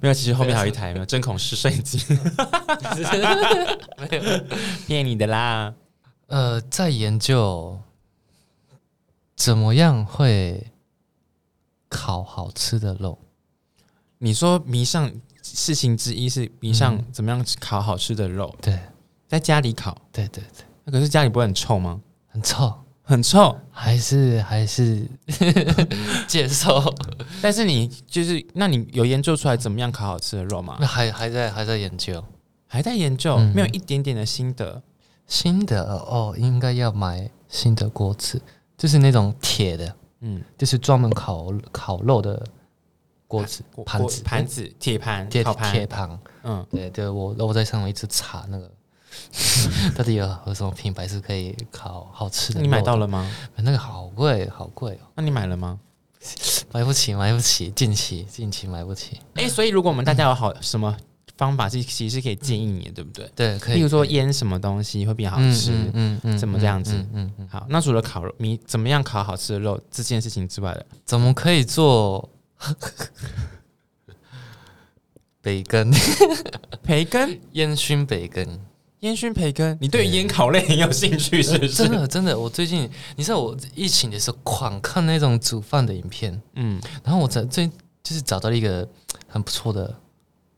Speaker 2: 没有，其实后面还有一 台没有针孔式摄影机，
Speaker 1: 没有，
Speaker 2: 骗你的啦。
Speaker 1: 呃，在研究怎么样会烤好吃的肉。
Speaker 2: 你说迷上事情之一是迷
Speaker 1: 嗯
Speaker 2: 上怎么样烤好吃的肉，
Speaker 1: 对
Speaker 2: 在家里烤，
Speaker 1: 对对对，
Speaker 2: 那可是家里不会很臭吗？
Speaker 1: 很臭，
Speaker 2: 很臭，
Speaker 1: 还是还 是接受？
Speaker 2: 但是你就是，那你有研究出来怎么样烤好吃的肉吗
Speaker 1: 那？还还在还在研究
Speaker 2: 还在研究，
Speaker 1: 嗯
Speaker 2: 没有一点点的心得。
Speaker 1: 新的哦，应该要买新的锅子，就是那种铁的，
Speaker 2: 嗯，
Speaker 1: 就是专门烤烤肉的锅子
Speaker 2: 哎锅
Speaker 1: 盘子
Speaker 2: 锅盘子铁盘
Speaker 1: 铁
Speaker 2: 烤盘
Speaker 1: 铁，盘。
Speaker 2: 嗯，
Speaker 1: 对对，我我在上网一直查那 个，到底有有什么品牌是可以烤好吃的？
Speaker 2: 你买到
Speaker 1: 了？
Speaker 2: 了吗？
Speaker 1: 那个好贵，好贵哦，
Speaker 2: 那你买了吗？
Speaker 1: 买不起，买不起，近期近期买不起。
Speaker 2: 哎，所以如果我们大家有好什么方法是，其实是可以建议你的，对不对？
Speaker 1: 对，可以。
Speaker 2: 例如说腌什么东西会比较好吃。
Speaker 1: 嗯
Speaker 2: 怎么这样子
Speaker 1: 嗯嗯嗯，
Speaker 2: 好，那除了烤肉，你怎么样烤好吃的肉这件事情之外的，
Speaker 1: 怎么可以做 培根？
Speaker 2: 培根
Speaker 1: 烟熏培根，
Speaker 2: 烟熏培根，你对于烟烤类很有兴趣是不是？
Speaker 1: 真的真的，我最近你知道我疫情的时候狂看那种煮饭的影片，
Speaker 2: 嗯
Speaker 1: 然后我找最就是找到了一个很不错的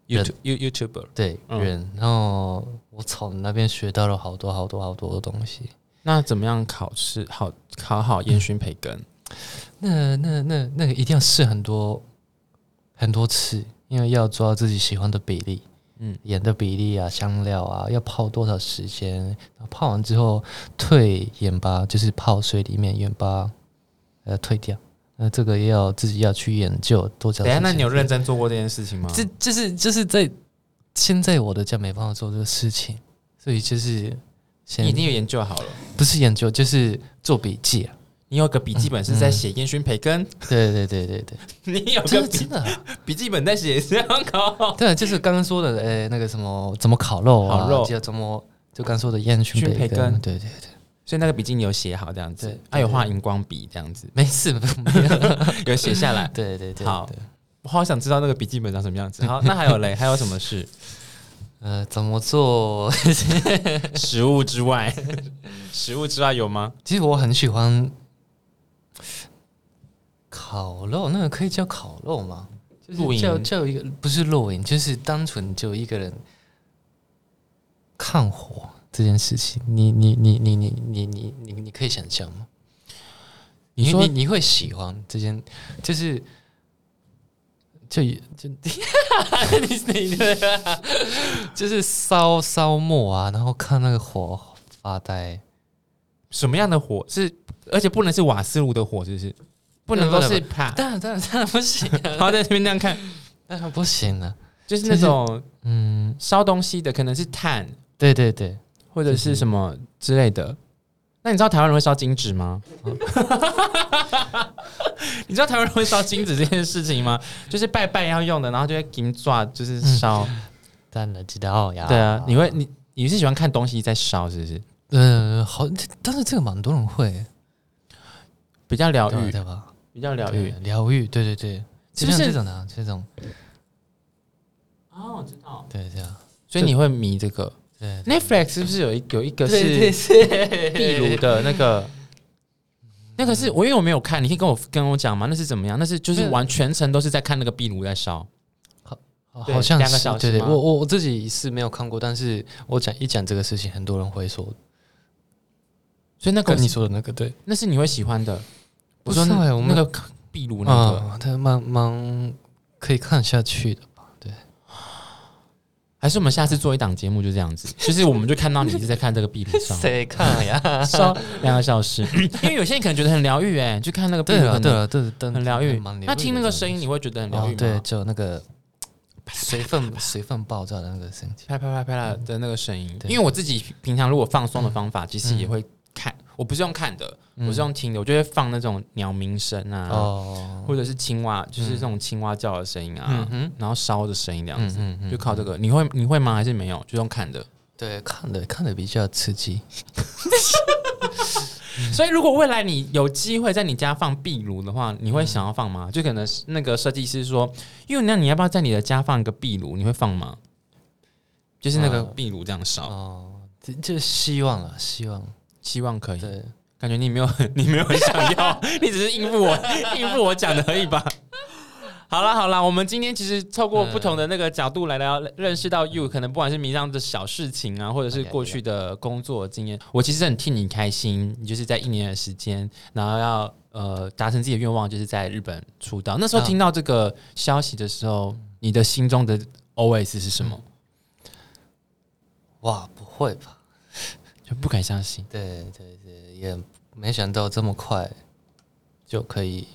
Speaker 2: ，YouTube You YouTuber，
Speaker 1: 对
Speaker 2: 嗯
Speaker 1: 人，然后我从那边学到了好多好多好多的东西。
Speaker 2: 那怎么样烤吃好烤好烟熏培根？
Speaker 1: 那那那那个一定要试很多很多次，因为要抓自己喜欢的比例，
Speaker 2: 嗯
Speaker 1: 嗯，盐的比例啊，香料啊，要泡多少时间？然后泡完之后退盐巴，就是泡水里面盐巴呃退掉。那这个要自己要去研究多少时
Speaker 2: 等一
Speaker 1: 间。
Speaker 2: 下，那你有认真做过这件事情吗？
Speaker 1: 这就是就是在现在我的家没办法做这个事情，所以就是先
Speaker 2: 你已经有研究好了，
Speaker 1: 不是研究，就是做笔记、啊。
Speaker 2: 你有个笔记本是在写烟熏培根，
Speaker 1: 对对对对对，
Speaker 2: 你有
Speaker 1: 真
Speaker 2: 个
Speaker 1: 的
Speaker 2: 笔
Speaker 1: 真的啊，
Speaker 2: 笔记本在写这样烤
Speaker 1: 对，就是刚刚说的，哎、那个什么怎么烤肉啊，
Speaker 2: 烤肉
Speaker 1: 就怎么就刚说的烟熏
Speaker 2: 熏
Speaker 1: 培
Speaker 2: 培根
Speaker 1: 对对对，
Speaker 2: 所以那个笔记你有写好这样子
Speaker 1: 对，
Speaker 2: 还有画荧光笔这样子，
Speaker 1: 没事，没有，
Speaker 2: 有写下来。
Speaker 1: 对对对，
Speaker 2: 好
Speaker 1: 对，
Speaker 2: 我好想知道那个笔记本长什么样子。 好，那还有嘞，还有什么事？
Speaker 1: 呃，怎么做？
Speaker 2: 食物之 外，食物之外有吗？
Speaker 1: 其实我很喜欢烤肉，那个可以叫烤肉吗？就
Speaker 2: 露
Speaker 1: 是
Speaker 2: 营
Speaker 1: 叫叫一个不是露营，就是单纯就一个人看火这件事情，你你你你你你你你你可以想象吗？
Speaker 2: 你
Speaker 1: 你
Speaker 2: 说
Speaker 1: 你会喜欢这件，就是就就 你你的就是烧烧墨啊，然后看那个火发呆，
Speaker 2: 什么样的火是？而且不能是瓦斯炉的火，是不是？不能够是啪，
Speaker 1: 当然当然当然不行、啊
Speaker 2: 然，啊后在那边那样看，
Speaker 1: 当然不行了、
Speaker 2: 就是那种
Speaker 1: 嗯，
Speaker 2: 烧东西的，可能是炭
Speaker 1: 对对对，
Speaker 2: 或者是什么之类的。那你知道台湾人会烧金纸吗？ 你知道台湾人会烧金纸这件事情吗？就是拜拜要用的，然后就会金抓，就是烧。
Speaker 1: 当然知道哦呀。
Speaker 2: 对啊，你会你你是喜欢看东西在烧，是不是？
Speaker 1: 呃，好，但是这个蛮多人会，
Speaker 2: 比较疗
Speaker 1: 对
Speaker 2: 愈，
Speaker 1: 对吧？
Speaker 2: 比较疗
Speaker 1: 对
Speaker 2: 愈。
Speaker 1: 疗愈，对对对，就
Speaker 2: 是不
Speaker 1: 像
Speaker 2: 是
Speaker 1: 这种的啊、这种，
Speaker 2: 哦，我知道。
Speaker 1: 对这样，
Speaker 2: 所以你会迷这个
Speaker 1: 对，
Speaker 2: Netflix 是不是有一有一个
Speaker 1: 对
Speaker 2: 是
Speaker 1: 对
Speaker 2: 壁炉的那个？那个是我因为我没有看，你可以跟我跟我讲吗？那是怎么样？那是就是完全程都是在看那个壁炉在烧。
Speaker 1: 哦好
Speaker 2: 对
Speaker 1: 好像
Speaker 2: 两个
Speaker 1: 是
Speaker 2: 小时
Speaker 1: 对对，
Speaker 2: 吗
Speaker 1: 我我我自己是没有看过，但是我讲一讲这个事情，很多人会说
Speaker 2: 所以那个
Speaker 1: 跟你说的那个对，
Speaker 2: 那是你会喜欢的。我
Speaker 1: 不是
Speaker 2: 说
Speaker 1: 啊
Speaker 2: 那
Speaker 1: 我们
Speaker 2: 那个壁炉那个，
Speaker 1: 啊，他蛮蛮可以看下去的吧？对，
Speaker 2: 还是我们下次做一档节目就这样子，就是我们就看到你一直在看这个壁炉 烧
Speaker 1: 谁看呀？
Speaker 2: 烧两个 小时，因为有些人可能觉得很疗愈哎，就看那个壁
Speaker 1: 对
Speaker 2: 炉
Speaker 1: 了
Speaker 2: 很
Speaker 1: 对了对了，对
Speaker 2: 很疗愈
Speaker 1: 蛮，
Speaker 2: 那听那个声
Speaker 1: 音
Speaker 2: 音你会觉得很疗愈
Speaker 1: 哦
Speaker 2: 吗？，
Speaker 1: 对，就那个随份随份爆炸的那个声音。
Speaker 2: 啪啪啪啪啦的那个声音。
Speaker 1: 嗯对嗯
Speaker 2: 因为我自己平常如果放松的方法，其实也会看，我不是用看的，我是用听的，我就会放那种鸟鸣声啊，
Speaker 1: 哦，
Speaker 2: 或者是青蛙，就是这种青蛙叫的声音啊
Speaker 1: 嗯，哼，
Speaker 2: 然后烧的声音这样
Speaker 1: 嗯
Speaker 2: 子，
Speaker 1: 嗯嗯，
Speaker 2: 就靠这个。你会你会吗？还是没有？就用看的。
Speaker 1: 对，看的看的比较刺激。嗯
Speaker 2: 所以如果未来你有机会在你家放壁炉的话，你会想要放
Speaker 1: 嗯
Speaker 2: 吗？就可能是那个设计师说，因为那你要不要在你的家放一个壁炉？你会放吗？就是那个
Speaker 1: 嗯
Speaker 2: 壁炉这样烧，
Speaker 1: 哦，这这希望啊，希望
Speaker 2: 希望可以。
Speaker 1: 对。
Speaker 2: 感觉你没有 很，你没有很想要， 你只是应付我应付我讲的而已吧。好啦好啦，我们今天其实透过不同的那个角度来聊，认识到 you 可能不管是迷上的小事情啊，或者是
Speaker 1: OK，OK
Speaker 2: 过去的工作经验，我其实很替你开心。你就是在一年的时间，然后要呃达成自己的愿望，就是在日本出道。那时候
Speaker 1: 嗯
Speaker 2: 听到这个消息的时候，你的心中的 OS 是什么？
Speaker 1: 哇，不会吧？
Speaker 2: 就不敢相信。
Speaker 1: 对对对，也没想到这么快就可以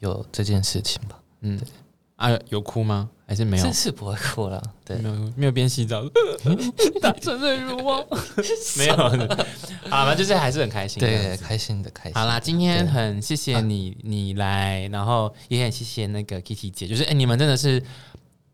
Speaker 1: 有这件事情吧？
Speaker 2: 嗯，啊，有哭吗？还是没有
Speaker 1: 这？次不会哭了，对
Speaker 2: 没，有没有边洗澡，达成的愿望 没有，好吧，就是还是很开心。
Speaker 1: 对，，啊开心的开心。
Speaker 2: 好啦，今天很谢谢你你来，然后也很谢谢那个 Kitty 姐，就是哎、你们真的是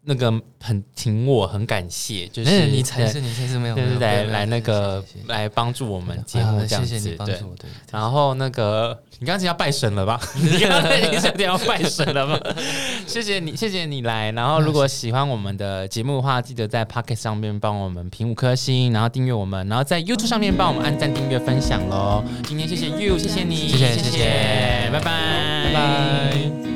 Speaker 2: 那个很挺我，很感谢，就
Speaker 1: 没
Speaker 2: 是
Speaker 1: 有，你才是你才是没有，
Speaker 2: 对对
Speaker 1: 没有
Speaker 2: 来
Speaker 1: 没有
Speaker 2: 来
Speaker 1: 没
Speaker 2: 那
Speaker 1: 有
Speaker 2: 个
Speaker 1: 谢谢谢谢
Speaker 2: 来帮助我们节
Speaker 1: 啊
Speaker 2: 目这样
Speaker 1: 谢谢
Speaker 2: 子，
Speaker 1: 你帮
Speaker 2: 对
Speaker 1: 助。我，对，对
Speaker 2: 然后那个，你刚才要拜神了吧？ 你刚才已经有点要拜神了吧？ 谢谢你，谢谢你来。然后如果喜欢我们的节目的话，记得在 Pocket 上面帮我们评五颗星，然后订阅我们，然后在 YouTube 上面帮我们按赞、订阅、分享喽。今天谢谢 You，谢谢你，
Speaker 1: 谢谢谢谢
Speaker 2: 拜拜，拜
Speaker 1: 拜。